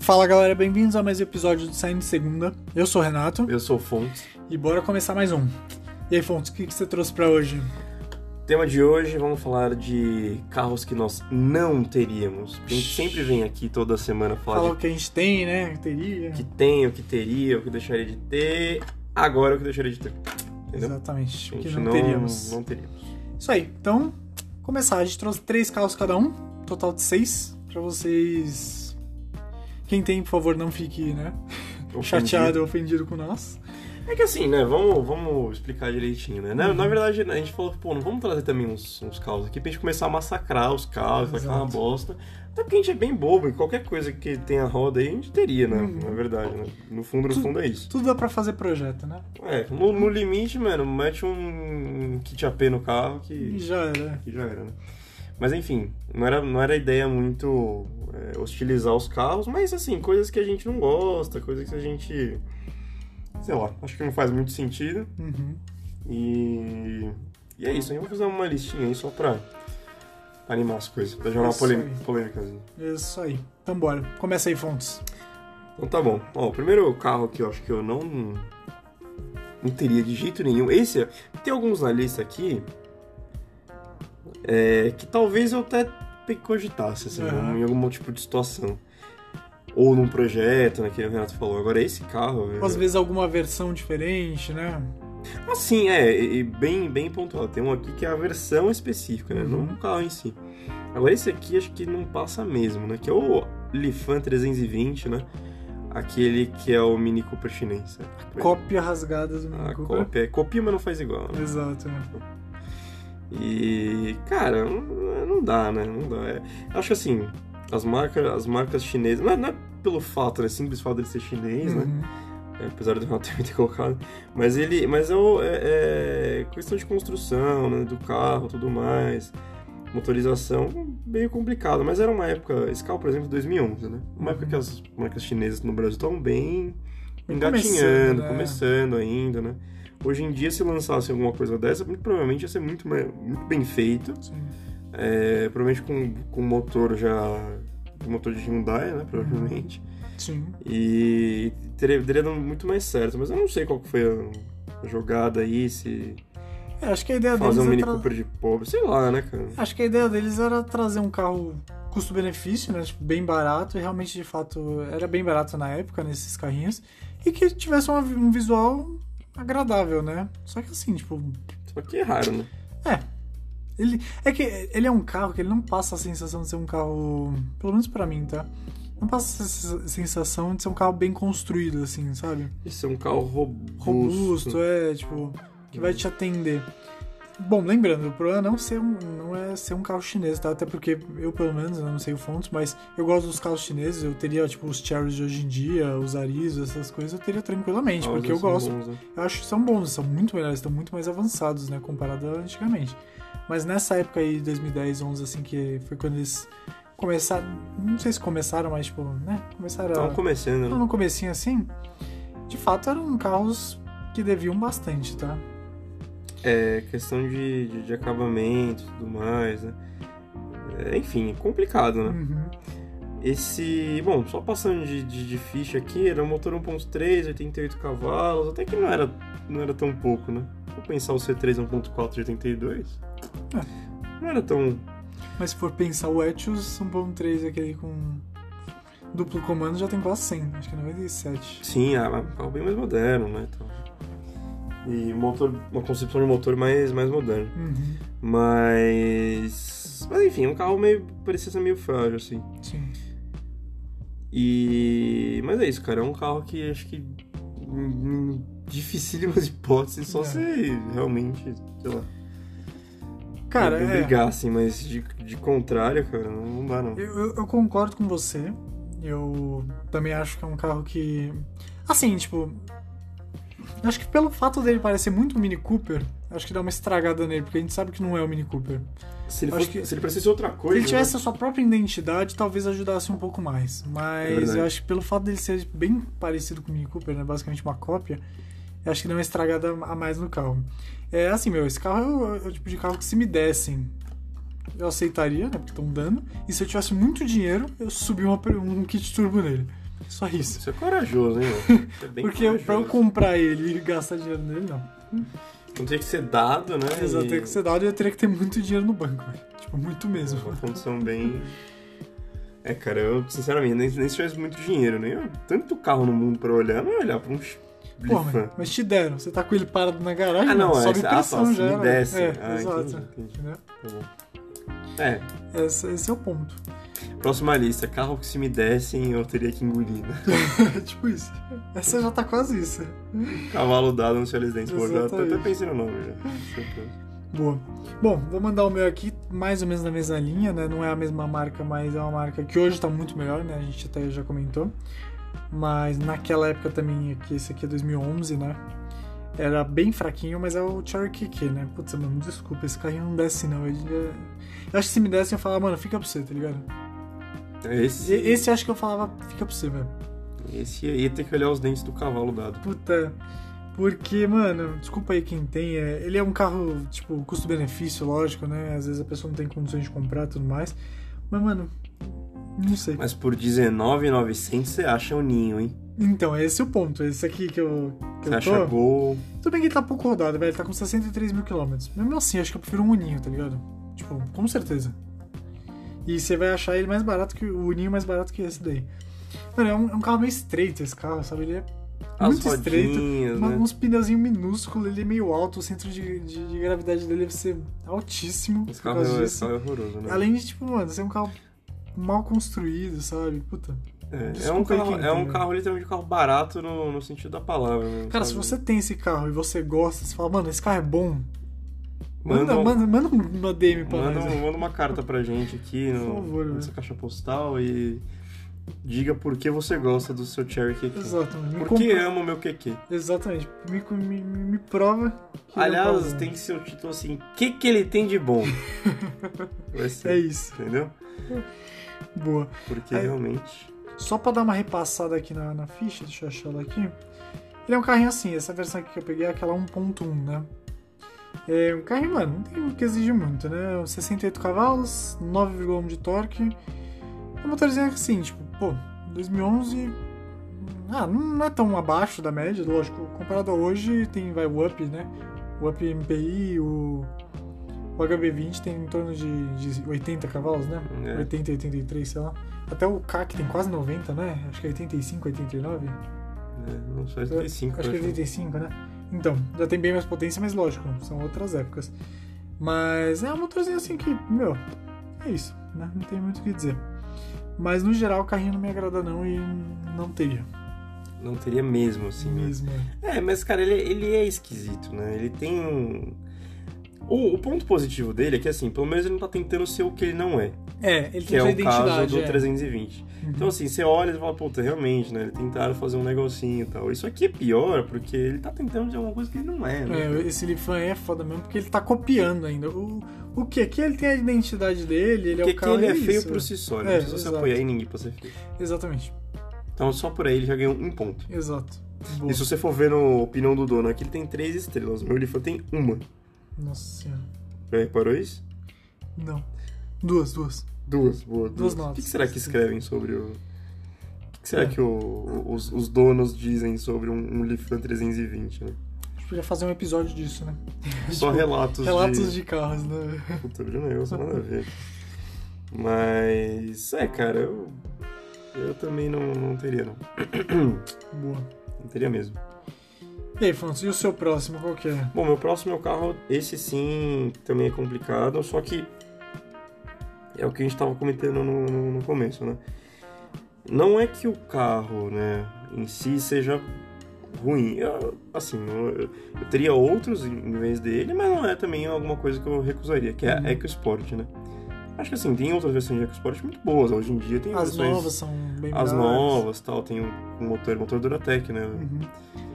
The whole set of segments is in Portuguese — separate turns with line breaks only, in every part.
Fala galera, bem-vindos a mais um episódio do Saindo de Segunda. Eu sou o Renato
Eu sou o Fontes.
e bora começar mais um. E aí, Fontes, o que, que você trouxe pra hoje?
Tema de hoje, vamos falar de carros que nós não teríamos. Porque a gente sempre vem aqui toda semana falar
Fala o
de
que a gente tem, né? Teria.
o que tem, o que teria, o que deixaria de ter. Agora o que deixaria de ter. Entendeu?
Exatamente,
A
o que
gente
não, teríamos.
Não teríamos.
Isso aí, então, começar. A gente trouxe três carros cada um, total de seis, pra vocês. Quem tem, por favor, não fique, né?
Ofendido.
Chateado ou ofendido com nós.
É que assim, né? Vamos, vamos explicar direitinho, né? Na,
Uhum.
na verdade, a gente falou que, pô, não vamos trazer também uns, uns carros aqui pra gente começar a massacrar os carros, vai ficar uma
Exato.
bosta. Até porque a gente é bem bobo e qualquer coisa que tenha roda aí a gente teria, né?
Uhum.
Na verdade, né? No fundo, no
Tu-
fundo é isso.
Tudo dá pra fazer projeto, né?
É, no, no limite, mano, mete um kit AP no carro
E
que,
já era.
que já era, né? Mas enfim, não era, não era ideia muito é, hostilizar os carros, mas assim, coisas que a gente não gosta, coisas que a gente. Sei lá, acho que não faz muito sentido.
Uhum.
E. E é isso, a gente vai fazer uma listinha aí só pra animar as coisas, pra jogar uma
Isso
polêmica.
aí.
polêmicazinha.
Isso aí. Então, bora. Começa aí, Fontes.
Então tá bom. Ó, o primeiro carro aqui eu acho que eu não. Não teria de jeito nenhum. Esse, tem alguns na lista aqui. É, que talvez eu até pe- cogitasse, assim,
Aham.
em algum tipo de situação. Ou num projeto, né, que o Renato falou. Agora, esse carro.
Às
eu-
vezes alguma versão diferente, né?
Assim, é, e e bem, bem pontual. Tem um aqui que é a versão específica, né?
Uhum.
Não o carro em si. Agora esse aqui acho que não passa mesmo, né? Que é o Lifan 320, né? Aquele que é o Mini Cooper chinês. né?
Cópia rasgada do Mini
A
Cooper.
cópia. Ah, Copia, mas não faz igual. né?
Exato, né?
E, cara, não não dá, né? Não dá. É, acho que assim, as marcas, as marcas chinesas... Não é, não é pelo fato, né? Simples fato dele ser chinês, né?
Uhum.
É, apesar do Renato também ter colocado. Mas ele. Mas é, o- é- é questão de construção, né? Do carro tudo mais. Motorização, meio complicado. Mas era uma época. Esse carro, por exemplo, de 2011, né? Uma época que as marcas chinesas no Brasil estavam bem
Bem Tá começando,
engatinhando,
né?
começando ainda, né? Hoje em dia, se lançasse alguma coisa dessa, muito provavelmente ia ser muito, mais- muito bem feito.
Sim.
É, provavelmente com, com motor já. motor de Hyundai, né? Provavelmente.
Sim.
E teria, teria dado muito mais certo, mas eu não sei qual que foi a jogada aí, se
É, acho que a ideia
fazer um Mini
deles era tra-
Cooper de pobre, sei lá, né, cara?
Acho que a ideia deles era trazer um carro custo-benefício, né? Tipo, bem barato, e realmente, de fato, era bem barato na época, nesses carrinhos, e que tivesse uma- um visual agradável, né? Só que assim, tipo,
Só que é raro, né?
Ele, é que ele é um carro que ele não passa a sensação de ser um carro. Pelo menos pra mim, tá? Não passa a sensação de ser um carro bem construído, assim, sabe?
Isso é um carro robusto.
Robusto, é, tipo, que vai te atender. Bom, lembrando, o problema não, ser um, não é ser um carro chinês, tá? Até porque eu, pelo menos, eu não sei o Fontes, mas eu gosto dos carros chineses. Eu teria, tipo, os Cheryos de hoje em dia, os Arizos, essas coisas, eu teria tranquilamente,
Ah,
é, porque eu
eles são
gosto.
bons, né?
Eu acho que são bons, são muito melhores, estão muito mais avançados, né, comparado a antigamente. Mas nessa época aí, 2010, 11, assim, que foi quando eles começaram, não sei se começaram, mas tipo, né, começaram
Estavam
a...
começando,
Então,
né?
no comecinho assim, de fato eram carros que deviam bastante, tá?
É questão de, de, de acabamento e tudo mais, né? É, enfim, é complicado, né?
Uhum.
Esse, bom, só passando de, de, de ficha aqui, era um motor 1.3, 88 cavalos, até que não era, não era tão pouco, né? Vou pensar o C3 1.4 de 82. Não era tão.
Mas se for pensar o Etios 1.3, aquele com duplo comando, já tem quase 100, acho que é 97.
Sim, era um carro bem mais moderno, né? Então, e um motor, uma concepção de motor mais, mais moderno.
Uhum.
Mas. Mas enfim, um carro meio. parecia ser meio frágil, assim.
Sim.
E. Mas é isso, cara. É um carro que acho que. Em em dificílimas hipóteses, só
É.
se realmente. sei lá.
Cara,
não
é...
brigassem, mas de, de contrário, cara, não, não dá não.
Eu, eu- eu concordo com você. Eu também acho que é um carro que. Assim, tipo. Acho que pelo fato dele parecer muito um Mini Cooper, acho que dá uma estragada nele, porque a gente sabe que não é o Mini Cooper.
Se ele,
acho
fosse,
que-
se ele parecesse outra
Se
coisa. né?
ele tivesse a sua própria identidade, talvez ajudasse um pouco mais.
É
Mas
verdade.
eu acho que pelo fato dele ser bem parecido com o Mini Cooper, né? Basicamente uma cópia, eu acho que dá uma estragada a mais no carro. É assim, meu, esse carro é o, é o tipo de carro que se me dessem, eu aceitaria, né? Porque estão dando. E se eu tivesse muito dinheiro, eu subia uma, per- um kit turbo nele.
né?
Só isso.
Isso é corajoso, hein, mano? Isso é bem
Porque um eu- pra eu
corajoso.
comprar ele e gastar dinheiro nele, não.
Não tem que ser dado, né?
Exato, tem
E
que ser dado e eu teria que ter muito dinheiro no banco, velho. Tipo, muito mesmo.
Uma condição bem... É, cara, eu, sinceramente, nem, nem se tivesse muito dinheiro, nem eu- tanto carro no mundo pra olhar, não ia olhar pra um
Pô,
Blifa.
mas, mas te deram. Você tá com ele parado na garagem,
Ah, não,
mano,
é,
sobe
essa- ah,
pressão
só se
já.
me
velho.
desse.
É,
Ah,
exato.
entendi, entendi.
Entendeu?
É,
Esse, esse é o ponto.
próxima lista. Carro que se me dessem, eu teria que engolir. né?
É tipo isso. Essa já tá quase isso.
Cavalo dado no Charles Dance. Pô, já tô até
Exatamente.
pensando no nome. né? Já.
Boa. Bom, vou mandar o meu aqui mais ou menos na mesma linha, né? Não é a mesma marca, mas é uma marca que hoje tá muito melhor, né? A gente até já comentou. Mas naquela época também, que esse aqui é 2011, né? Era bem fraquinho, mas é o Cherokee Q, né? Putz, mano, desculpa, esse carrinho não desce não. Ele é- Eu acho que se me dessem, eu falava, mano, fica pra você, tá ligado? E-
É Esse,
Esse eu acho que eu falava, fica pra você, velho.
esse ia ter que olhar os dentes do cavalo dado.
Puta, porque, mano, desculpa aí quem tem, é, ele é um carro, tipo, custo-benefício, lógico, né? Às vezes a pessoa não tem condições de comprar e tudo mais. Mas, mano, não sei.
Mas por R$19,900 você acha o ninho, hein?
Então, esse é o ponto. Esse aqui que eu, que
Você
eu
acha
tô.
gol.
Tudo bem que ele tá pouco rodado, velho. Ele tá com 63 mil quilômetros. Mesmo assim, acho que eu prefiro um Uninho, tá ligado? Tipo, com certeza. E você vai achar ele mais barato que o Uninho mais barato que esse daí. Mano, é um, é um carro meio estreito esse carro, sabe? Ele é
As
muito estreito.
rodinhas,
Uma-
né?
Uns pneuzinhos minúsculos, ele é meio alto, o centro de, de- de gravidade dele deve ser altíssimo.
Esse
por
carro,
causa
é, esse
disso.
carro é horroroso, né?
Além de, tipo, mano, ser um carro mal construído, sabe? Puta.
É, é um
Desculpa aí
carro,
quem
é um
entendeu.
carro literalmente um carro barato no, no sentido da palavra. né?
Cara, se
Sabe?
você tem esse carro e você gosta, você fala, mano, esse carro é bom.
Manda
Manda,
um-
manda, manda uma DM pra
Manda,
nós.
um- manda uma carta pra gente aqui
Por
no,
favor, né?
nessa caixa postal e diga por que você gosta do seu Cherokee. Aqui.
Exato, mano. Me
um- Por que
compra-
ama o meu QQ?
Exatamente. Me, co- me, me- me prova que ele é um carro
Aliás,
bom.
tem que ser o título assim: O que, que ele tem de bom? Vai ser.
É isso. É.
Entendeu?
Boa.
Porque
Aí-
realmente.
Só pra dar uma repassada aqui na, na ficha, deixa eu achar ela aqui. Ele é um carrinho assim, essa versão aqui que eu peguei é aquela 1.1, né? É um carrinho, mano, não tem o que exigir muito, né? 68 cavalos, 9,1 de torque. É um motorzinho assim, tipo, pô, 2011. Ah, não não é tão abaixo da média, lógico. Comparado a hoje, tem, vai, o Up, né? O Up MPI, o, o HB20 tem em torno de, de 80 cavalos, né?
É.
80, 83, sei lá. Até o CAC tem quase 90, né? Acho que é 85, 89.
é, não só
Eu-
35,
Acho que é 85, né? Então, já tem bem mais potência, mas lógico, são outras épocas. Mas é um motorzinho assim que, meu, é isso, né? Não tem muito o que dizer. Mas no geral o carrinho não me agrada não e não teria.
Não teria mesmo, assim. né?
Mesmo.
É, mas, cara, ele, ele é esquisito, né? Ele tem um. O, o ponto positivo dele é que, assim, pelo menos ele não tá tentando ser o que ele não é.
É, ele
Que
tem
é
sua
o caso
identidade.
do
é.
320.
Uhum.
Então, assim, você olha e fala, puta, realmente, né? Ele tentaram fazer um negocinho e tal. Isso aqui é pior, porque ele tá tentando de alguma coisa que ele não é, né?
É, esse Lifan é foda mesmo porque ele tá copiando ainda. O, o que? Aqui ele tem a identidade dele, ele é
porque
o
aqui
carro
ele
e
é feio
isso,
por
né?
si só, ele
É,
não precisa se
exato.
apoiar em ninguém pra ser feio.
Exatamente,
Então, só por aí ele já ganhou um ponto.
exato. Boa.
E se você for ver no opinião do dono aqui, ele tem três estrelas. O meu Lifan tem uma.
Nossa senhora.
Já reparou isso?
Não. Duas, duas.
Duas, boa.
Duas
Duas, O que
notas.
que será que escrevem sobre o. O que que será
É.
que o- os, os donos dizem sobre um, um Lifan 320, né?
A gente podia fazer um episódio disso, né?
Só
Tipo,
relatos, de...
Relatos de carros, né?
Puta, de negócio, nada a ver. Mas, é, cara, eu, eu também não, não teria, não.
Boa.
Não teria mesmo.
E aí, Fonso, e o seu próximo, qual que é?
Bom, meu próximo é o carro, esse sim, também é complicado, só que é o que a gente tava comentando no, no- no começo, né? Não é que o carro, né, em si seja ruim. Eu- assim, eu, eu teria outros em em vez dele, mas não é também alguma coisa que eu recusaria, que é
Uhum.
a EcoSport, né? Acho que assim, tem outras versões de EcoSport muito boas. Hoje em dia tem
As
versões...
novas são bem melhores.
As novas, tal, tem o o motor, motor Duratec, né?
Uhum.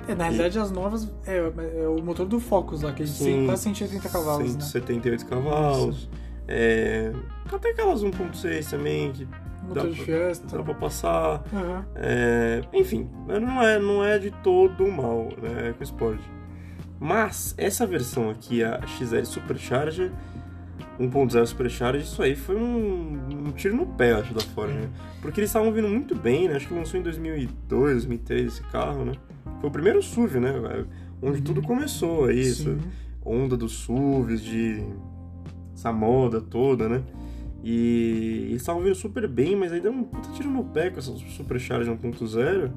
É, na realidade, as novas é, é o motor do Focus lá, que a gente tem
Sim.
quase 180 cavalos, né?
178 cavalos. É, até aquelas 1.6 também, que dá
Motor de
pra-
Fiesta.
dá pra passar.
Aham.
É, enfim, não é, não é de todo mal né, com o Sport. Mas essa versão aqui, a XL Supercharger, 1.0 Supercharge, isso aí foi um, um tiro no pé, acho, da Ford, né? Porque eles estavam vindo muito bem, né? Acho que lançou em 2002, 2003 esse carro, né? Foi o primeiro SUV, né? Onde tudo começou é aí, essa
Uhum. Sim.
onda dos SUVs, de... Essa moda toda, né? E eles estavam vindo super bem, mas aí deu um puta tiro no pé com essa Supercharge 1.0,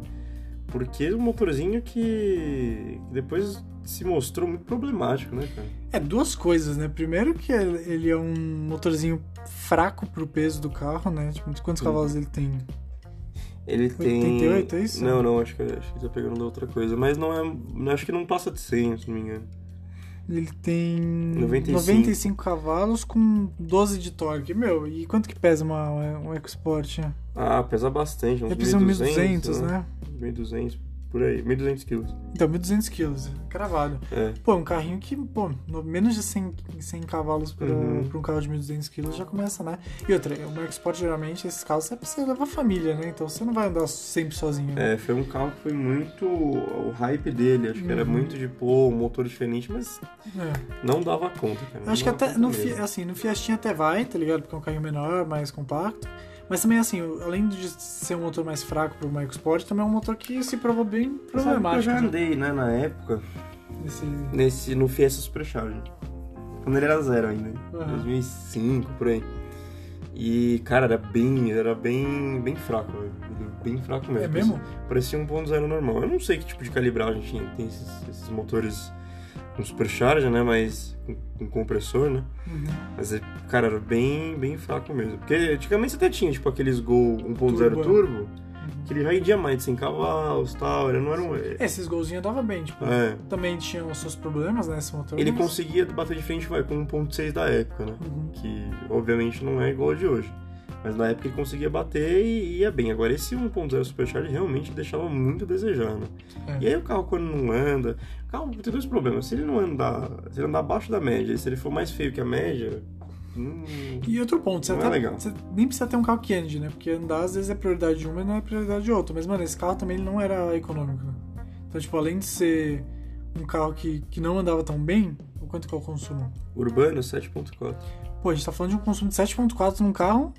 porque é um motorzinho que que depois se mostrou muito problemático, né, cara?
É, duas coisas, né? Primeiro que ele é um motorzinho fraco pro peso do carro, né? Tipo, quantos
Sim.
cavalos ele tem?
Ele tem.
88, é isso?
Não, não, acho que, acho que tá pegando da outra coisa. Mas não é. Acho que não passa de 100, se não me engano.
Ele tem
95.
95 cavalos com 12 de torque. Meu, e quanto que pesa uma, um EcoSport? né?
Ah, pesa bastante, uns
Ele É, pesa uns
1200.
1.200, né?
1200, por aí. 1200 quilos.
Então, 1.200 quilos, cravado.
É.
Pô, é um carrinho que, pô, no- menos de 100, 100 cavalos pra,
Uhum.
pra um carro de 1.200 quilos já começa, né? E outra, o Mark Sport, geralmente, esses carros você precisa levar família, né? Então você não vai andar sempre sozinho. né?
É, foi um carro que foi muito. O hype dele, acho que era
Uhum.
muito de pô, um motor diferente, mas
É.
não dava conta, cara. não
Eu acho que
dava
até
conta
no,
mesmo.
Fi- assim, no Fiestinha até vai, tá ligado? Porque é um carrinho menor, mais compacto. Mas também, assim, o- além de ser um motor mais fraco pro Marco Sport, também é um motor que se provou bem
Sabe que Eu
problemático.
já
né?
andei, né, na época,
Esse-
nesse, no Fiesta Supercharger. Quando ele era zero ainda.
Aham.
2005, por aí. E, cara, era bem, era bem, bem fraco, velho. bem fraco mesmo.
É mesmo?
Parecia um 1.0 normal. Eu não sei que tipo de calibragem tinha, tem esses, esses motores com supercharger, né, mas com, com compressor, né?
Uhum.
Mas, é, cara, era bem, bem fraco mesmo. Porque antigamente você até tinha, tipo, aqueles Gol
Turbo,
1.0 turbo,
é.
que ele já idia mais de 100 cavalos e tal, ele não era um... É,
Esses golzinhos dava bem, tipo. Também tinham os seus problemas, né? Esse motor.
ele
mas-
conseguia bater de frente, vai, com 1.6 da época, né?
Uhum.
que obviamente não é igual ao de hoje. Mas na época ele conseguia bater e ia bem. Agora esse 1.0 Supercharger realmente deixava muito a desejar, né?
É.
E aí o carro quando não anda... O carro tem dois problemas. Se ele não andar... Se ele andar abaixo da média e se ele for mais feio que a média... Hum,
E outro ponto, você,
Não é
até,
legal.
você nem precisa ter um carro que ande, né? Porque andar às vezes é prioridade de uma e não é prioridade de outra. Mas, mano, esse carro também ele não era econômico. né? Então, tipo, além de ser um carro que, que não andava tão bem, o quanto que é o consumo?
urbano 7.4.
Pô, a gente tá falando de um consumo de 7.4 num carro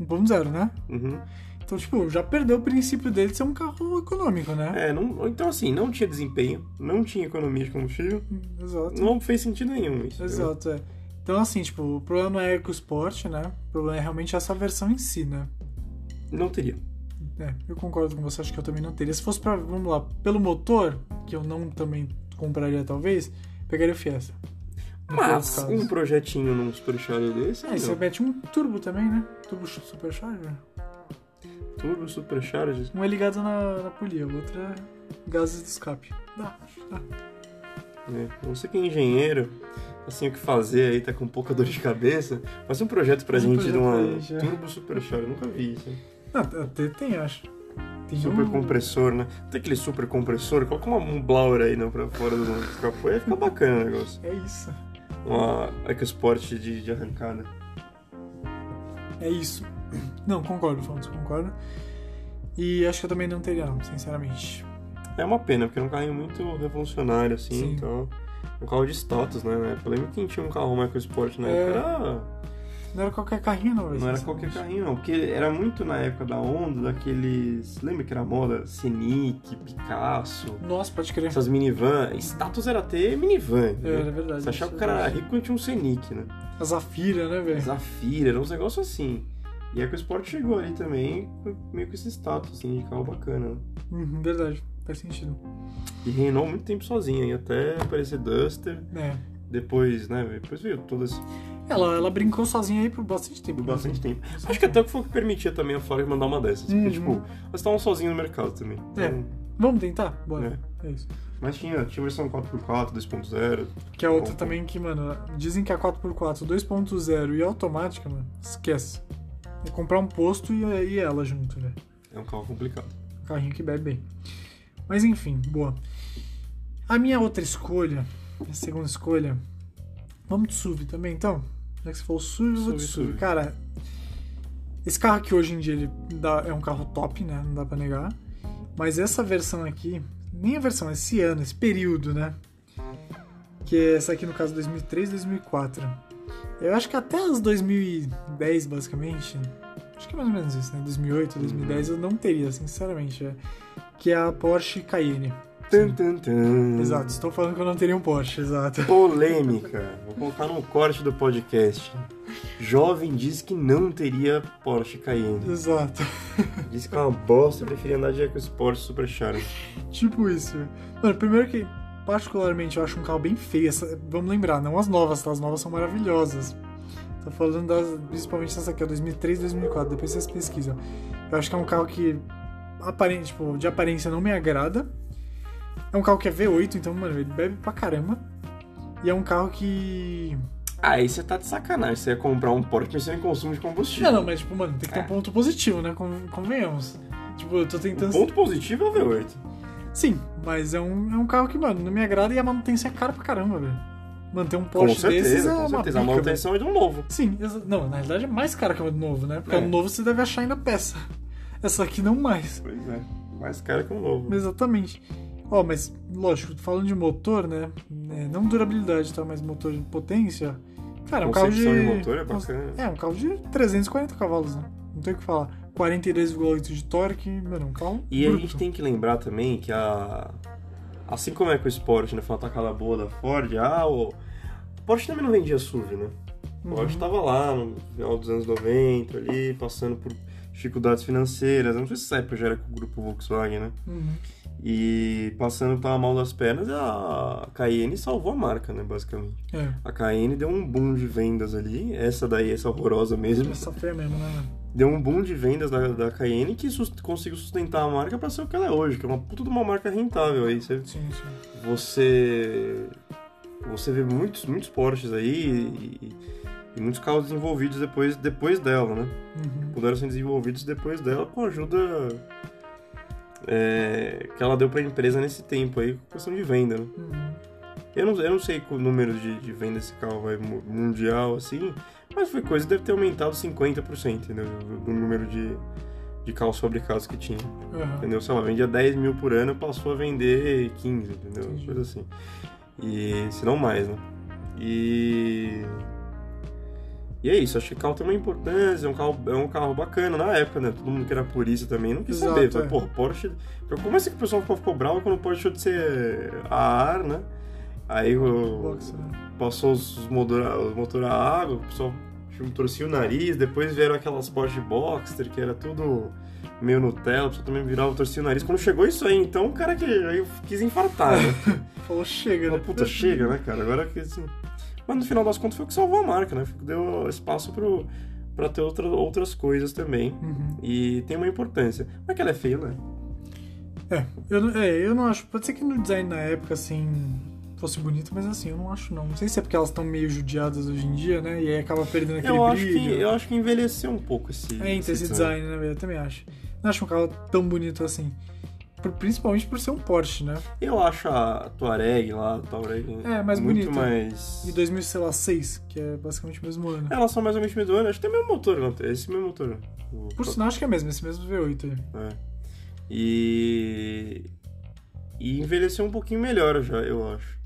1.0, né?
Uhum.
Então, tipo, já perdeu o princípio dele de ser um carro econômico, né?
É, não, então assim, não tinha desempenho, não tinha economia de combustível,
Exato.
não fez sentido nenhum isso. entendeu?
Exato, é. Então, assim, tipo, o problema não é EcoSport, né? O problema é realmente essa versão em si, né?
Não teria.
É, eu concordo com você, acho que eu também não teria. Se fosse pra, vamos lá, pelo motor, que eu não também compraria talvez, pegaria o Fiesta. No pior dos
Mas
casos.
um projetinho num Supercharger desse...
É, e você
não.
mete um turbo também, né? Turbo supercharger.
Turbo Supercharger...
Um é ligado na, na polia, o outro é gases de escape. Dá, dá.
né? Você que é engenheiro, assim, o que fazer aí, tá com pouca dor de cabeça, faz um projeto pra
Faz um
gente de
projeto
uma
pra gente, é.
Turbo Super Shower, eu nunca vi isso.
Ah, até tem, acho. Tem
Super
um-
compressor, né? Tem aquele super compressor, coloca uma, um blower aí não, pra fora do capô, aí fica bacana o negócio.
É isso.
Uma EcoSport de, de arrancada.
É isso. Não, concordo, Fontes, concordo. E acho que eu também não teria, não, sinceramente.
É uma pena, porque era um carrinho muito revolucionário, assim,
Sim.
então... Um carro de status, né? né? Eu lembro que quem tinha um carro, uma EcoSport na
É.
época, era...
Não era qualquer carrinho, não, velho,
Não era
sinceramente.
qualquer carrinho, não. Porque era muito na época da onda, daqueles. Lembra que era moda? Senic, Picasso,
Nossa, pode crer.
essas minivan. Status era ter minivan.
É,
entendeu?
era verdade.
Você achava que o
isso é
cara era
verdade.
rico quando tinha um Senic, né?
A Zafira, né, velho?
Zafira, era uns negócios assim. E a EcoSport chegou ali também, com- meio com esse status, assim, de carro bacana. né?
Uhum, verdade, faz sentido.
E reinou muito tempo sozinha, aí até aparecer Duster.
É.
Depois, né? Depois veio todo esse.
Ela, ela brincou sozinha aí por bastante tempo.
Por bastante tempo.
tempo.
Acho que até foi o que permitia também a Ford mandar uma dessas.
é Uhum.
Porque, tipo, elas estavam sozinhas no mercado também.
É. Vamos tentar?
né?
Bora. É. isso.
Mas tinha, tinha versão 4x4, 2.0.
Que é outra
Bom,
também que, mano, dizem que é a 4x4 2.0 e automática, mano, esquece. É comprar um posto e, e ela junto, né? velho.
É um carro complicado.
Um carrinho que bebe bem. Mas enfim, boa. A minha outra escolha, a segunda escolha, vamos de SUV também, então? Já que você falou SUV, eu vou de
SUV,
SUV.
SUV.
Cara, esse carro aqui hoje em dia ele dá- é um carro top, né? Não dá pra negar. Mas essa versão aqui, nem a versão, esse ano, esse período, né? Que é essa aqui no caso 2003, 2004. Eu acho que até os 2010, basicamente, acho que é mais ou menos isso, né? 2008, 2010, eu não teria, sinceramente, é. que é a Porsche Cayenne.
Tum, tum, tum.
Exato, estou falando que eu não teria um Porsche, exato.
Polêmica. Vou colocar num corte do podcast. Jovem diz que não teria Porsche Cayenne.
Exato.
Diz que é uma bosta, preferia andar de EcoSport Super Charger.
Tipo isso. Mano, primeiro que, particularmente, eu acho um carro bem feio. Essa- vamos lembrar, não as novas, tá? As novas são maravilhosas. Tô falando das, principalmente essa aqui, é ó, 2003, 2004. Depois vocês pesquisam. Eu acho que é um carro que, aparente, tipo, de aparência não me agrada. É um carro que é V8, então, mano, ele bebe pra caramba. E é um carro que...
Aí você tá de sacanagem, você ia comprar um Porsche pensando em consumo de combustível.
Não, não, mas, tipo, mano, tem que ter um ponto positivo, né? Con- Convenhamos. Tipo, eu tô
O
tentando...
ponto positivo é o V8.
Sim, mas é um, é um carro que, mano, não me agrada e a manutenção é cara pra caramba, velho. Manter um
Com
Porsche desses
certeza,
é
com
uma
certeza.
pica,
A
velho.
manutenção é de um novo.
Sim, exa- não, na realidade é mais cara que o novo, né? Porque
É.
o novo você deve achar ainda peça. Essa aqui não mais.
Pois é. Mais caro que um novo.
Exatamente. Ó, mas, lógico, falando de motor, né? É, não durabilidade, tá? Mas motor de potência. Cara, é um carro de.
Concepção de motor é bacana.
É, um carro de 340 cavalos, né? Não tem o que falar. 42,8 de torque, mano, é um carro.
E a
bruto.
gente tem que lembrar também que a. Assim como é que o Sport né, foi uma atacada boa da Ford, ah, o. a Porsche também não vendia SUV, né? A Porsche
Uhum.
tava lá no final dos anos 90, ali, passando por dificuldades financeiras. Eu Não sei se essa época já era com o grupo Volkswagen, né?
Uhum.
E passando pela mal das pernas, a Cayenne salvou a marca, né? Basicamente.
É.
A Cayenne deu um boom de vendas ali. Essa daí, essa horrorosa mesmo.
Essa feia mesmo, né? mano?
deu um boom de vendas da, da Cayenne que sus- conseguiu sustentar a marca pra ser o que ela é hoje, que é uma puta de uma marca rentável aí. Você,
Sim, sim.
você, você vê muitos, muitos Porsches aí e, e muitos carros desenvolvidos depois, depois dela, né?
Uhum.
Puderam ser desenvolvidos depois dela com a ajuda é, que ela deu pra empresa nesse tempo aí, com questão de venda, né?
Uhum.
Eu não, eu não sei o número de, de venda desse carro vai mu- mundial, assim, mas foi coisa, deve ter aumentado 50% né, do, do número de, de carros fabricados que tinha,
Aham.
entendeu? Sei lá, vendia 10 mil por ano, passou a vender 15, entendeu?
Entendi.
Coisa assim. E, se não mais, né? E... E é isso, acho que o carro tem uma importância, é um carro, é um carro bacana na época, né? Todo mundo que era polícia também não quis
Exato,
saber. Falou,
é.
pô, Porsche. Como é que o pessoal ficou, ficou bravo quando o Porsche deixou de ser a ar, né? Aí o-
Boxer, né?
passou os motor, os motor a água, o pessoal tipo, torcia o nariz, depois vieram aquelas Porsche Boxster, que era tudo meio Nutella, o pessoal também virava torcia o nariz. Quando chegou isso aí, então o cara que aí quis infartar, né?
Falou, chega,
Fala,
né?
puta, chega, né, cara? Agora que assim. Mas no final das contas foi o que salvou a marca, né? Foi o que Deu espaço pro, pra ter outra, outras coisas também.
Uhum.
E tem uma importância. Mas que ela é feia, né?
É, eu, não- é, eu não acho. Pode ser que no design na época, assim, fosse bonito, mas assim, eu não acho não. Não sei se é porque elas estão meio judiadas hoje em dia, né? E aí acaba perdendo aquele
Eu acho,
brilho.
que, eu acho que envelheceu um pouco esse.
É, então esse design, né? velho? Eu também acho. Não acho um carro tão bonito assim. Por- principalmente por ser um Porsche, né?
Eu acho a Touareg lá, a Touareg.
É, mais
muito
bonita.
mais.
E 2006, que é basicamente o mesmo ano.
Elas são mais ou menos do ano, acho que tem o mesmo motor, não? tem? Esse mesmo motor. O-
Por sinal, acho que é mesmo, esse mesmo V8 aí.
É. E. E envelheceu um pouquinho melhor já, eu acho.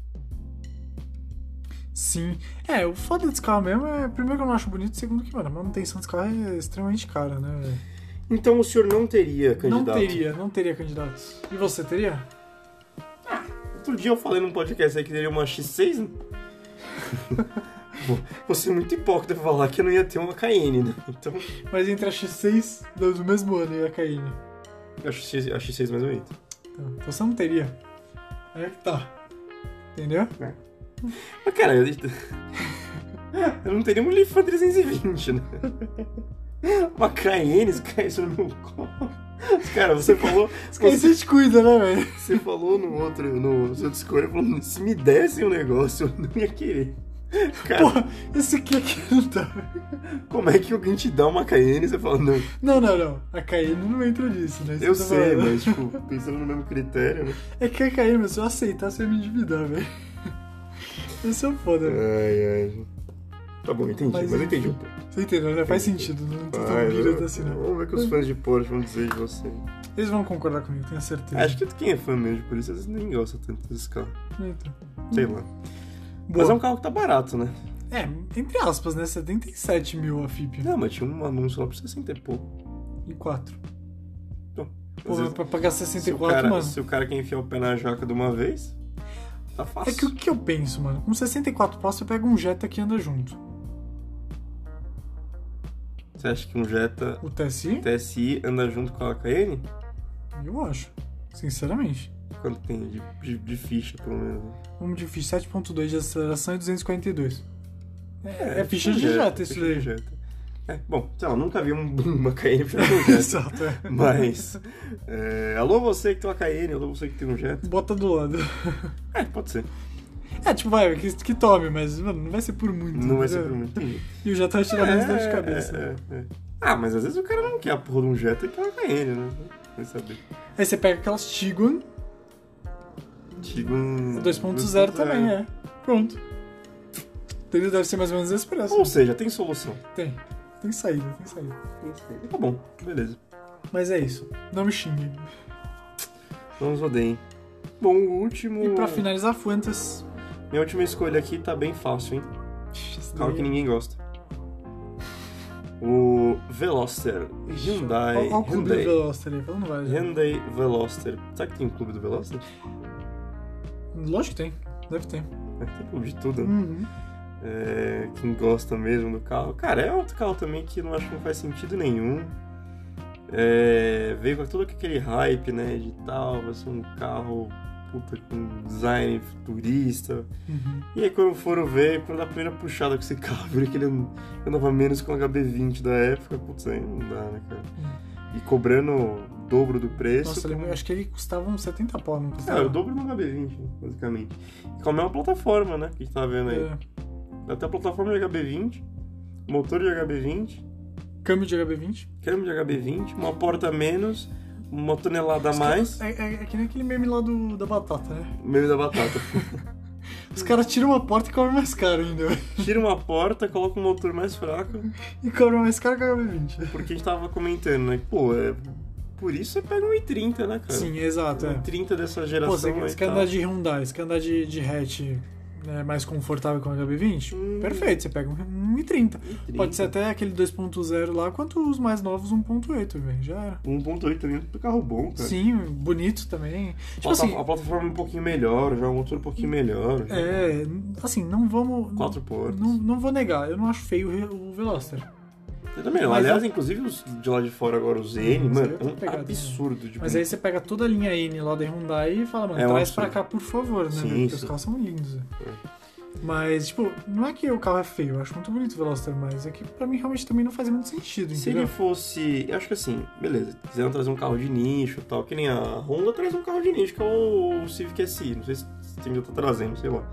Sim. É, o foda desse carro mesmo é, primeiro que eu não acho bonito, segundo que, mano, a manutenção desse carro é extremamente cara, né? velho?
Então o senhor não teria candidato?
Não teria, não teria candidatos. E você teria?
Outro dia eu falei num podcast aí que teria uma X6. né? Você é muito hipócrita pra falar que eu não ia ter uma Cayenne, né? Então,
Mas entre a X6 do do mesmo ano e a Cayenne.
a X6, a X6 mais bonita.
Então, então você não teria. Aí É que tá. Entendeu?
Mas, cara, eu, eu não teria um Lifan 320, né? Uma Cayenne, isso cai isso no meu colo. Cara, você falou...
Aí você te cuida, né, velho?
Você falou no outro, no seu Discord, falou, se me dessem um negócio, eu não ia querer. Cara,
Porra, esse aqui é que não tá.
como é que alguém te dá uma Cayenne e você fala, não,
Não, não, não. A Cayenne não entra nisso, né? Isso
eu
que tô
sei,
falando.
mas, tipo, pensando no mesmo critério, né?
É que a Cayenne, mas se eu aceitar, você ia me endividar, velho. Esse é o foda, velho.
Ai, ai. Tá bom, entendi, mas,
Mas
eu entendi um
enfim,
pouco.
Você entendeu, né? Faz sentido. Não tô tão
Ai,
pirata assim, não.
Vamos ver o que os fãs de Porsche vão dizer de você.
Eles vão concordar comigo, tenho certeza.
Acho que quem é fã mesmo, por isso, às vezes nem gosta tanto desse carro.
Então,
Sei lá.
boa.
Mas é um carro que tá barato, né?
É, entre aspas, né? 77 mil a FIP.
Não, mas tinha um anúncio lá por 60 e pouco.
E 4.
Às
Pô,
vezes,
pra pagar
se, o
64,
cara,
mano.
se o cara quer enfiar o pé na jaca de uma vez, tá
É
fácil.
que o que eu penso, mano? Com 64 pau você pega um Jetta que anda junto.
Você acha que um Jetta
O TSI?
TSI anda junto com a KN?
Eu acho. Sinceramente.
Quanto tem de, de- de ficha, pelo menos? né?
Vamos de ficha 7.2 de aceleração e 242. É, é ficha
um
de Jetta isso
ficha de
daí.
Jetta. É, bom, sei lá, nunca vi um- uma KN fechada com um Jetta.
Exato. é.
Mas, é, alô você que tem uma KN, alô você que tem um Jetta.
Bota do lado.
É, pode ser.
É, tipo, vai, que, que tome, mas mano, não vai ser por muito.
Não é vai ser
entendeu?
por muito. Entendi.
E o Jetta vai tirar menos dor de cabeça. né?
é, é. Ah, mas às vezes o cara não quer a porra de um Jetta e quer uma KN, né? Vai saber.
Aí você pega aquelas Tiguan
Digo um...
2.0 também, é. Pronto. Entendeu? Deve ser mais ou menos esse preço.
Ou seja, tem solução.
Tem. Tem saída, tem saída.
Tá bom, beleza.
Mas é isso. Não me xingue.
Não nos odeiem. Bom, o último...
E pra finalizar, Fuentes.
Minha última escolha aqui tá bem fácil, hein?
Esse
Carro
daí
que
é-
ninguém gosta. O Veloster. Hyundai.
Olha o clube do
Hyundai.
Veloster aí. Falando vários.
Hyundai Veloster. Será que tem um clube do Veloster?
Lógico que tem. Deve ter.
É, Tem clube de tudo, né?
Uhum.
É, quem gosta mesmo do carro. Cara, é outro carro também que não acho que não faz sentido nenhum. É, veio com todo aquele hype, né? De tal, vai ser um carro puta com design futurista.
Uhum.
E aí quando foram ver, quando a primeira puxada com esse carro, viram que ele andava menos que um HB20 da época, putz, aí não dá, né, cara? E cobrando o dobro do preço.
Nossa,
com-
eu acho que ele custava uns 70 pau, não
É,
custava?
o dobro do HB20, basicamente. E com a mesma plataforma, né, que a gente tá vendo aí.
É.
Até a plataforma de HB20, motor de HB20,
Câmbio de HB20.
câmbio de HB20, uma porta a menos, uma tonelada a
Os
mais,
caras- É, é- é que nem aquele meme lá do, da batata, né?
meio da batata.
Os caras tiram uma porta e cobram mais caro ainda.
Tira uma porta, coloca um motor mais fraco,
E cobram mais caro que o HB20.
porque a gente tava comentando, né, que, pô, é... Por isso você pega um i30, né, cara?
Sim, exato. É.
30 dessa
Pô,
geração
você,
aí
você quer
tá.
andar de Hyundai, você quer andar de, de hatch né, mais confortável com o HB20?
Hum.
Perfeito, você pega um 1,30.
E 30.
Pode ser até aquele 2.0 lá, quanto os mais novos 1.8, velho. Já era.
1.8 também é um carro bom, cara.
Sim, bonito também. Tipo
Plata-
assim,
a plataforma é um pouquinho melhor, já o motor um pouquinho melhor. já
é, assim, não vamos.
Quatro portas.
Não, não vou negar, eu não acho feio o Re- o Veloster.
Eu também, não.
Mas
aliás,
eu-
inclusive os de lá de fora agora, o Zene,
Mas
mano,
eu
é
tô
um
pegado, né?
absurdo de
Mas
bonito.
aí você pega toda a linha N lá da Hyundai e fala, mano,
É um
traz pra
absurdo.
cá, por favor, né?
Sim,
velho, porque
sim. É.
os carros são lindos. né? Mas, tipo, não é que o carro é feio, eu acho muito bonito o Veloster, mas é que pra mim realmente também não faz muito sentido,
Se ele
entendeu?
fosse. Eu acho que assim, beleza, quiseram trazer um carro de nicho e tal, que nem a Honda traz um carro de nicho, que é o, o Civic SI. Não sei se se ainda tá trazendo, sei lá.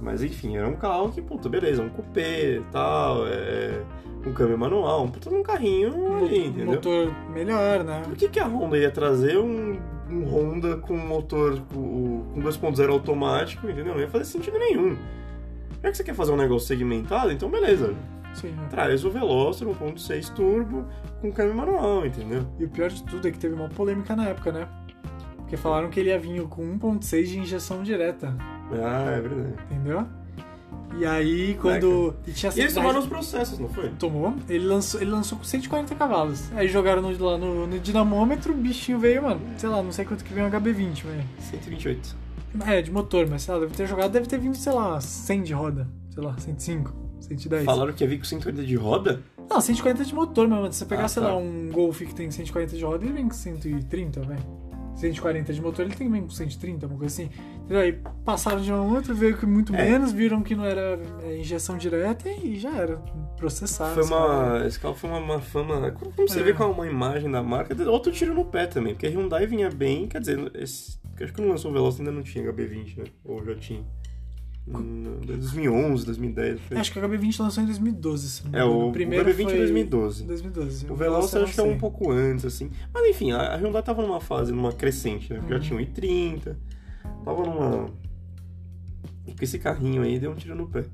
Mas enfim, era um carro que, puta, beleza, um coupé e tal, é, um câmbio manual, um puta de um carrinho ali,
Mo-
entendeu?
motor melhor, né?
Por que, que a Honda ia trazer um, um Honda com motor com, com 2.0 automático, entendeu? Não ia fazer sentido nenhum. Já que você quer fazer um negócio segmentado, então beleza.
Sim, né?
Traz o Veloster 1.6 turbo com câmbio manual, entendeu?
E o pior de tudo é que teve uma polêmica na época, né? Porque falaram que ele ia vir com 1.6 de injeção direta,
Ah, é verdade.
entendeu? E aí, quando... E tinha
E eles
essa-
tomaram os processos, não foi?
Tomou, ele lançou, ele lançou com 140 cavalos. Aí jogaram no, lá no, no dinamômetro, o bichinho veio, mano. Sei lá, não sei quanto que veio um HB20, velho.
128.
É, de motor, mas sei lá, deve ter jogado, deve ter vindo, sei lá, 100 de roda. Sei lá, 105, 110.
Falaram que ia vir com 180 de roda?
Não, 140 de motor, mas mano, se você pegar,
Ah,
sei
tá.
lá, um Golf que tem 140 de roda, ele vem com 130, velho. 140 de motor, ele tem vem com 130, uma coisa assim. Entendeu? Aí passaram de um outro, veio que muito
É.
menos, viram que não era é, injeção direta e já era. Processaram.
Foi
os caras.
uma. Esse carro foi uma, uma fama. Como você
É.
vê com uma imagem da marca, outro tiro no pé também, porque a Hyundai vinha bem, quer dizer, esse- acho que não lançou o Veloz ainda não tinha HB20, né? Ou já tinha. Hum, 2011, 2010. Foi.
Acho que o HB20 lançou em 2012, se não me
é,
engano.
o, o
primeiro
HB20
foi
em 2012.
2012.
O Veloz
eu
acho que é um
sei.
pouco antes, assim. Mas enfim, a a Hyundai tava numa fase, numa crescente, né?
Uhum.
Já tinha um i30, tava numa. E com esse carrinho aí deu um tiro no pé.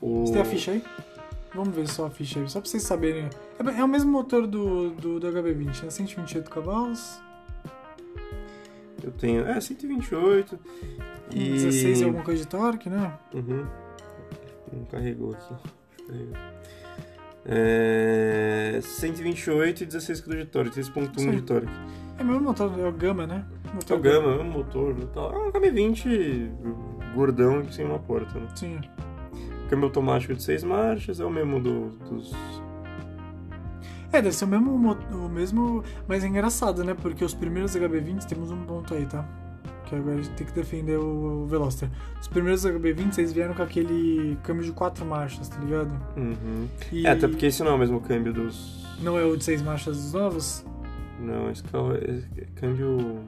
O...
Você tem a ficha aí? Vamos ver só a ficha aí, só pra vocês saberem. É, é o mesmo motor do, do, do HB20, né? 128 cavalos,
Eu tenho. É, 128. E...
16 e alguma coisa de torque, né?
Uhum. Não carregou aqui. Carregou. É... 128 e 16 kg de torque, 3.1 de
Sim.
torque.
É meu motor, é o Gama, né?
É
Motor
o Gama, é o motor, e tal. É um KM20 gordão e sem uma porta, né?
Sim.
Câmbio automático de 6 marchas, é o mesmo do- dos...
É, deve ser o mesmo, mo- o mesmo. Mas é engraçado, né? Porque os primeiros HB20 temos um ponto aí, tá? Que agora a gente tem que defender o o Veloster. Os primeiros HB20 eles vieram com aquele câmbio de quatro marchas, tá ligado?
Uhum.
E
É, até porque esse não é o mesmo câmbio dos...
Não é o de seis marchas dos novos?
Não, esse carro é é câmbio...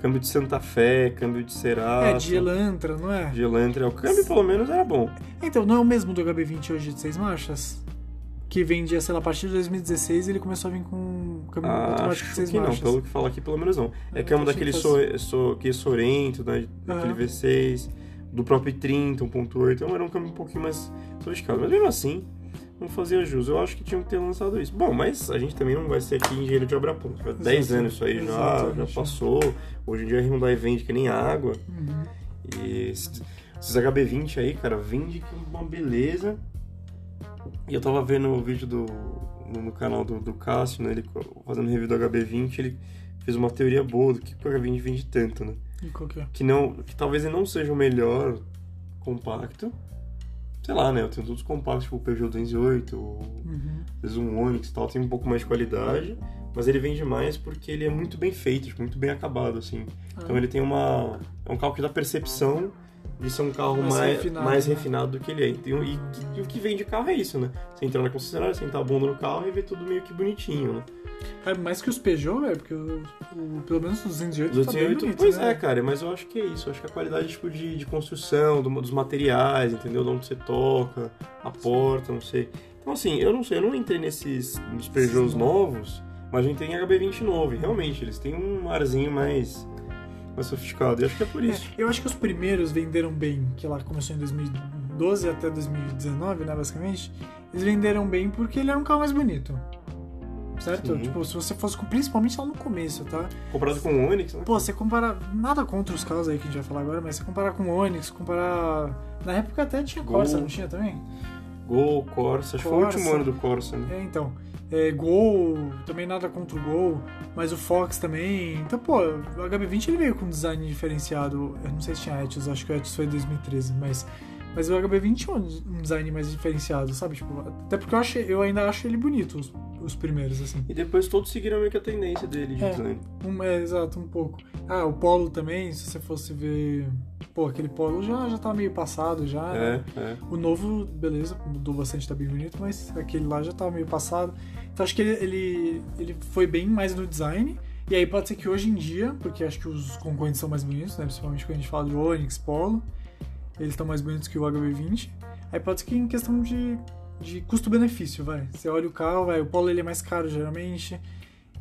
Câmbio de Santa Fé, câmbio de Cerato...
é, de Elantra, não é?
Ah, de Elantra. O câmbio, pelo menos, era bom.
Então, não é o mesmo do HB20 hoje de seis marchas? Que vendia, sei lá, a partir de 2016 ele começou a vir com câmbio
Ah,
automático de
acho
seis
que não,
marchas.
pelo que fala aqui, pelo menos não. É
assim. Eu
câmbio
achei
daquele
que
so, so, que Sorento, né, daquele
Aham.
V6, do próprio 30, 1.8, então era um câmbio um pouquinho mais sofisticado. Mas mesmo assim, não fazia jus. Eu acho que tinham que ter lançado isso. Bom, mas a gente também não vai ser aqui engenheiro de obra pronta. Faz 10
Exato,
anos isso aí já, já
exatamente.
passou. Hoje em dia a Hyundai vende que nem água.
Uhum.
E esses, esses HB20 aí, cara, vende que é uma beleza. E eu tava vendo o vídeo do no, no canal do, do Cássio, né? Ele co- fazendo review do HB20, ele fez uma teoria boa do que, que o HB20 vende tanto, né?
E qual que é?
Que, não, que talvez ele não seja o melhor compacto. Sei lá, né? Eu tenho todos os compactos, tipo o Peugeot 208, o-
Uhum.
às vezes um Onix e tal, tem um pouco mais de qualidade. Mas ele vende mais porque ele é muito bem feito, tipo, muito bem acabado, assim. Então ele tem uma. É um carro que dá percepção de ser um carro mais,
Mais
mais, refinado,
refinado, né?
do que ele é. Então, E, que- e o que vende carro é isso, né? Você entra na concessionária, sentar a bunda no carro e ver tudo meio que bonitinho, né?
É mais que os Peugeot, é, porque o, o- pelo menos os 208
Os
tá bem
outros têm oito-
bonito,
pois
né?
é, cara, mas eu acho que é isso. Eu acho que a qualidade tipo, de, de construção, do- dos materiais, entendeu? De onde você toca, a porta, não sei. Então, assim, eu não sei, eu não entrei nesses nos Peugeots
Sim.
novos, mas eu entrei em HB20 novo. E realmente, eles têm um arzinho mais, mais sofisticado. E acho que é por isso.
É, eu acho que os primeiros venderam bem, que lá começou em 2012 até 2019, né, basicamente. Eles venderam bem porque ele era um carro mais bonito. Certo?
Sim.
Tipo, se você fosse com, principalmente lá no começo, tá?
Comparado com o Onix, né?
Pô, você comparar, nada contra os carros aí que a gente vai falar agora, mas você comparar com o Onix, comparar... Na época até tinha
Gol.
Corsa, não tinha também?
Gol, Corsa, acho que foi o
Corsa.
último ano do Corsa, né?
É, então. É, gol, também nada contra o gol, mas o Fox também. Então, pô, o HB20 ele veio com um design diferenciado. Eu não sei se tinha Etios, acho que o Etios foi em 2013, mas. Mas o HB20 tinha um um design mais diferenciado, sabe? Tipo, até porque eu, achei, eu ainda acho ele bonito, os, os primeiros, assim.
E depois todos seguiram meio que a tendência dele de
É.
design.
Um, é, exato, um pouco. Ah, o Polo também, se você fosse ver. Pô, aquele Polo já, já tá meio passado já. né?
É, é.
O novo, beleza, mudou bastante, tá bem bonito, mas aquele lá já tava meio passado. Então acho que ele, ele, ele foi bem mais no design. E aí pode ser que hoje em dia, porque acho que os concorrentes são mais bonitos, né? Principalmente quando a gente fala de Onix, Polo, eles estão mais bonitos que o HB20. Aí pode ser que em questão de, de custo-benefício, vai. Você olha o carro, vai, o Polo ele é mais caro geralmente.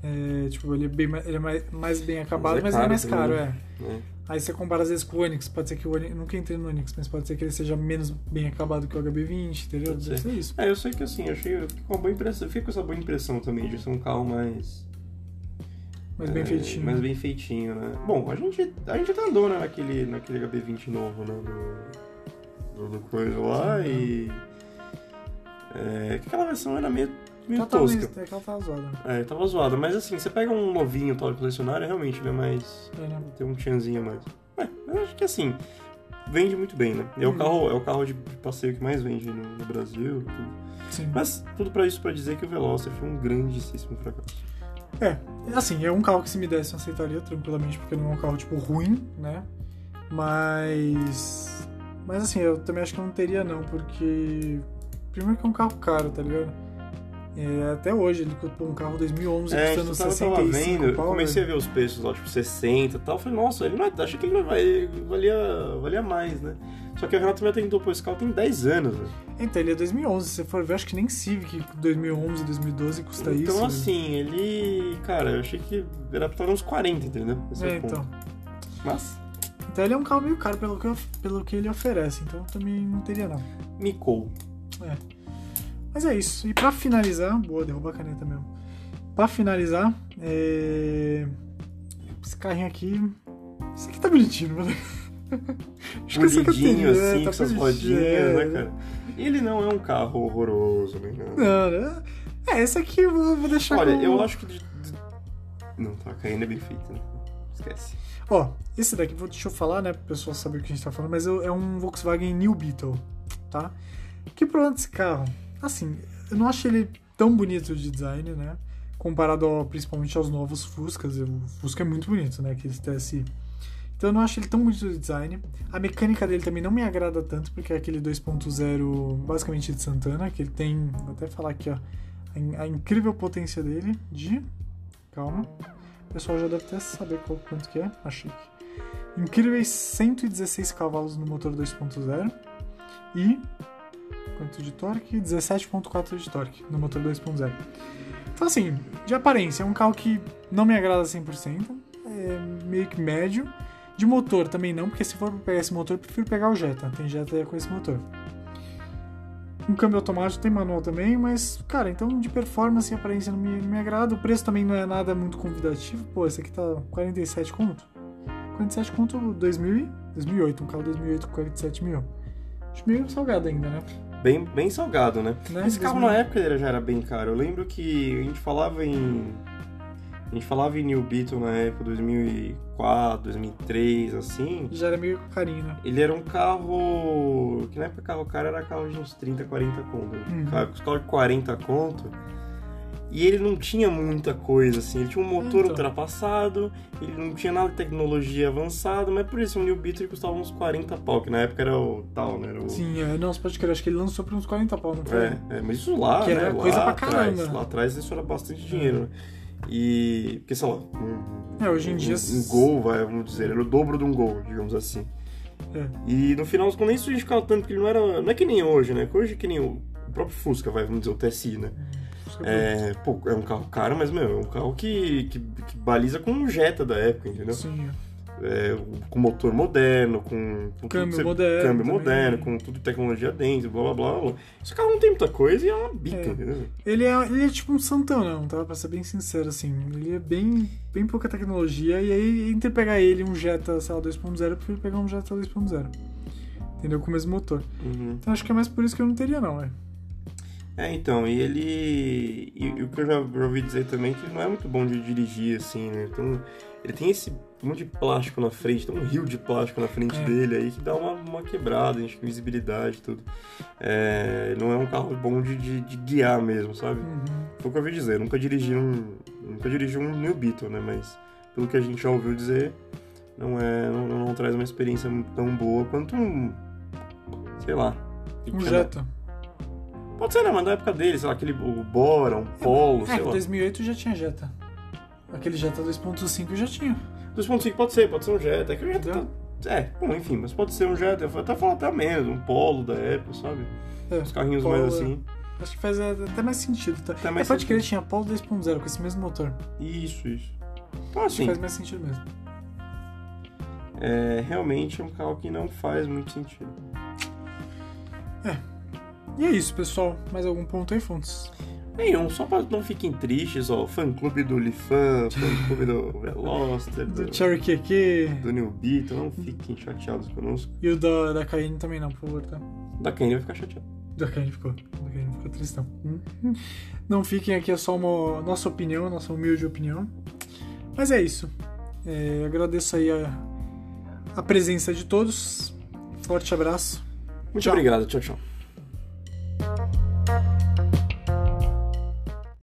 É, tipo, ele é, bem, ma- ele é mais, mais bem acabado,
é
mas, ele
caro
é mais caro,
também,
é.
né?
Aí você compara às vezes com o Onix, pode ser que o Onix, nunca entrei no Onix, mas pode ser que ele seja menos bem acabado que o HB20, entendeu?
Pode
Deve
ser.
ser isso.
É, eu sei que assim, eu, achei, eu fiquei com uma boa impressão. Eu fiquei com essa boa impressão também de ser um carro mais.
Mas bem
é,
feitinho.
Mais bem feitinho, né? Bom, a gente, a gente até andou né, naquele, naquele HB20 novo, né? Do, do, do coisa lá
Sim,
e. É, que aquela versão era meio, meio
Ela tá
tosca.
meio- é que ela tá zoada.
É, tava zoada, mas assim, você pega um novinho tal de colecionário, realmente ele é mais.
É, né?
Tem um tchanzinho a mais. É, eu acho que assim, vende muito bem, né? É o
Uhum.
carro, é o carro de de passeio que mais vende no, no Brasil. tudo.
Sim.
Mas tudo pra isso pra dizer que o Veloster foi um grandíssimo fracasso.
É, assim, é um carro que se me desse eu aceitaria tranquilamente, porque não é um carro, tipo, ruim, né? Mas. Mas assim, eu também acho que eu não teria, não, porque. Primeiro que é um carro caro, tá ligado? É, até hoje, ele pô, um carro 2011
É,
custando
eu tava, tava
65
vendo, eu
pau,
comecei a
velho.
ver os preços lá, tipo 60 e tal. Eu falei, nossa, ele não é, achei que ele não vai, valia, valia mais, né? Só que o Renato me atentou, pô, esse carro tem 10 anos, né?
Então, ele é 2011, se você for ver, acho que nem Civic 2011, 2012 custa
então,
isso. né?
assim, ele. Cara, eu achei que era pra estar uns 40, entendeu? Esse
É,
o ponto.
então.
Mas.
Então ele é um carro meio caro pelo que, of- pelo que ele oferece, então eu também não teria não.
Micou.
Mas é isso. E pra finalizar, boa, derruba a caneta mesmo. Pra finalizar, é... esse carrinho aqui. Esse aqui tá bonitinho, mano. Acho que essa
Polidinho,
categoria,
assim,
tá
com essas
polidinha,
rodinhas,
é.
né, cara? E ele não é um carro horroroso, nem nada.
Não, né? É, essa aqui eu vou vou deixar
Olha,
com-
eu acho que. de- de- Não, tá, a Cayenne é bem feita, né? Esquece.
Ó, esse daqui, vou- deixa eu falar, né, pra pessoa saber o que a gente tá falando, mas eu- é um Volkswagen New Beetle, tá? Que problema desse carro? Assim, eu não acho ele tão bonito de design, né? Comparado ao- principalmente aos novos Fuscas, o Fusca é muito bonito, né? Aquele TSI. Então eu não acho ele tão bonito de design. A mecânica dele também não me agrada tanto, porque é aquele 2.0 basicamente de Santana, que ele tem, vou até falar aqui, ó, a, in- a incrível potência dele de... Calma. O pessoal já deve até saber qual, quanto que é, achei que. Incríveis 116 cavalos no motor 2.0 e quanto de torque? 17.4 de torque no motor 2.0. Então assim, de aparência, é um carro que não me agrada 100%, é meio que médio. De motor também não, porque se for pra pegar esse motor, eu prefiro pegar o Jetta. Tem Jetta com esse motor. Um câmbio automático tem manual também, mas, cara, então de performance e aparência não me, não me agrada. O preço também não é nada muito convidativo. Pô, esse aqui tá 47 conto. 47 conto 2000 e 2008, um carro 2008 com 47 mil. Acho meio salgado ainda, né?
Bem, bem salgado, né?
Né?
Esse carro
2000.
na época ele já era bem caro. Eu lembro que a gente falava em. A gente falava em New Beetle na época, 2004, 2003, assim.
Já era meio carinho, né?
Ele era um carro. Que na época carro caro era carro de uns 30, 40 conto.
Uhum.
Carro, carro de 40 conto. E ele não tinha muita coisa, assim. Ele tinha um motor
Então.
ultrapassado, ele não tinha nada de tecnologia avançada, mas por isso o New Beetle custava uns 40 pau, que na época era o tal, né? Era o-
Sim, é, nossa, pode crer, acho que ele lançou por uns 40 pau, né? não foi?
é, é, mas isso lá,
Que
né,
era
lá
coisa pra
atrás,
caramba.
Lá atrás isso era bastante dinheiro, né? E. Porque, sei lá, um,
É, hoje em
um-
dia-
Um gol, vai, vamos dizer, era o dobro de um gol, digamos assim.
É.
E no final, quando nem isso identificava tanto, porque ele não era. Não é que nem hoje, né? Que hoje é que nem o próprio Fusca, vai, vamos dizer, o TSI, né?
Uhum.
É, pô, é um carro caro, mas, meu, é um carro que, que, que baliza com um Jetta da época, entendeu?
Sim, é.
É, com motor moderno, com, com tudo
câmbio
que você-
moderno. também.
câmbio
né?
moderno, com tudo de tecnologia dentro, blá blá blá. blá. Esse carro não tem muita coisa e é uma bica,
É.
entendeu?
Ele é, ele é tipo um Santanão, tá? Pra ser bem sincero, assim. Ele é bem, bem pouca tecnologia. E aí, entre pegar ele e um Jetta, sei lá, 2.0, eu prefiro pegar um Jetta 2.0. Entendeu? Com o mesmo motor.
Uhum.
Então acho que é mais por isso que eu não teria, não, é.
É, então, e ele. E, e o que eu já já ouvi dizer também é que ele não é muito bom de dirigir, assim, né? Então, ele tem esse monte de plástico na frente, tem um rio de plástico na frente
É.
dele aí que dá uma, uma quebrada, acho que visibilidade e tudo. É, não é um carro bom de, de, de guiar mesmo, sabe?
Uhum.
Foi o que eu ouvi dizer, eu nunca dirigi um. Nunca dirigi um New Beetle, né? Mas pelo que a gente já ouviu dizer, não é. não, não traz uma experiência tão boa quanto um. Sei lá.
Um
Sei lá.
Jetta.
Pode ser, né? Mas na época dele, sei lá, aquele o Bora, um Polo,
É,
sei
em
lá.
2008 já tinha Jetta. Aquele Jetta 2.5 já tinha.
2.5 pode ser, pode ser um Jetta. É que o Jetta
Entendeu?
tá- É, bom, enfim, mas pode ser um Jetta. Eu vou até falar até mesmo, um Polo da época, sabe?
É,
Os carrinhos
Polo,
mais
é.
assim.
acho que faz é, até mais sentido, tá?
Até
é,
mais
pode
sentido.
crer, tinha Apollo 2.0 com esse mesmo motor.
Isso, isso. Então,
Acho que
assim,
faz mais sentido mesmo.
é, realmente é um carro que não faz muito sentido.
E é isso, pessoal. Mais algum ponto aí, Fontes?
Nenhum, só pra não fiquem tristes, ó. Fã-clube do Lifan, fã-clube do Veloster, do,
Do Cherokee aqui
do New Beetle. Não fiquem chateados conosco.
e o da, da Cayenne também não, por favor, tá?
Da Kenny vai ficar chateado.
Da Karen ficou. Da Karen ficou tristão. Não fiquem aqui, é só uma nossa opinião, nossa humilde opinião. Mas é isso. É, agradeço aí a, a presença de todos. Forte abraço.
Muito
Tchau.
obrigado, tchau, tchau.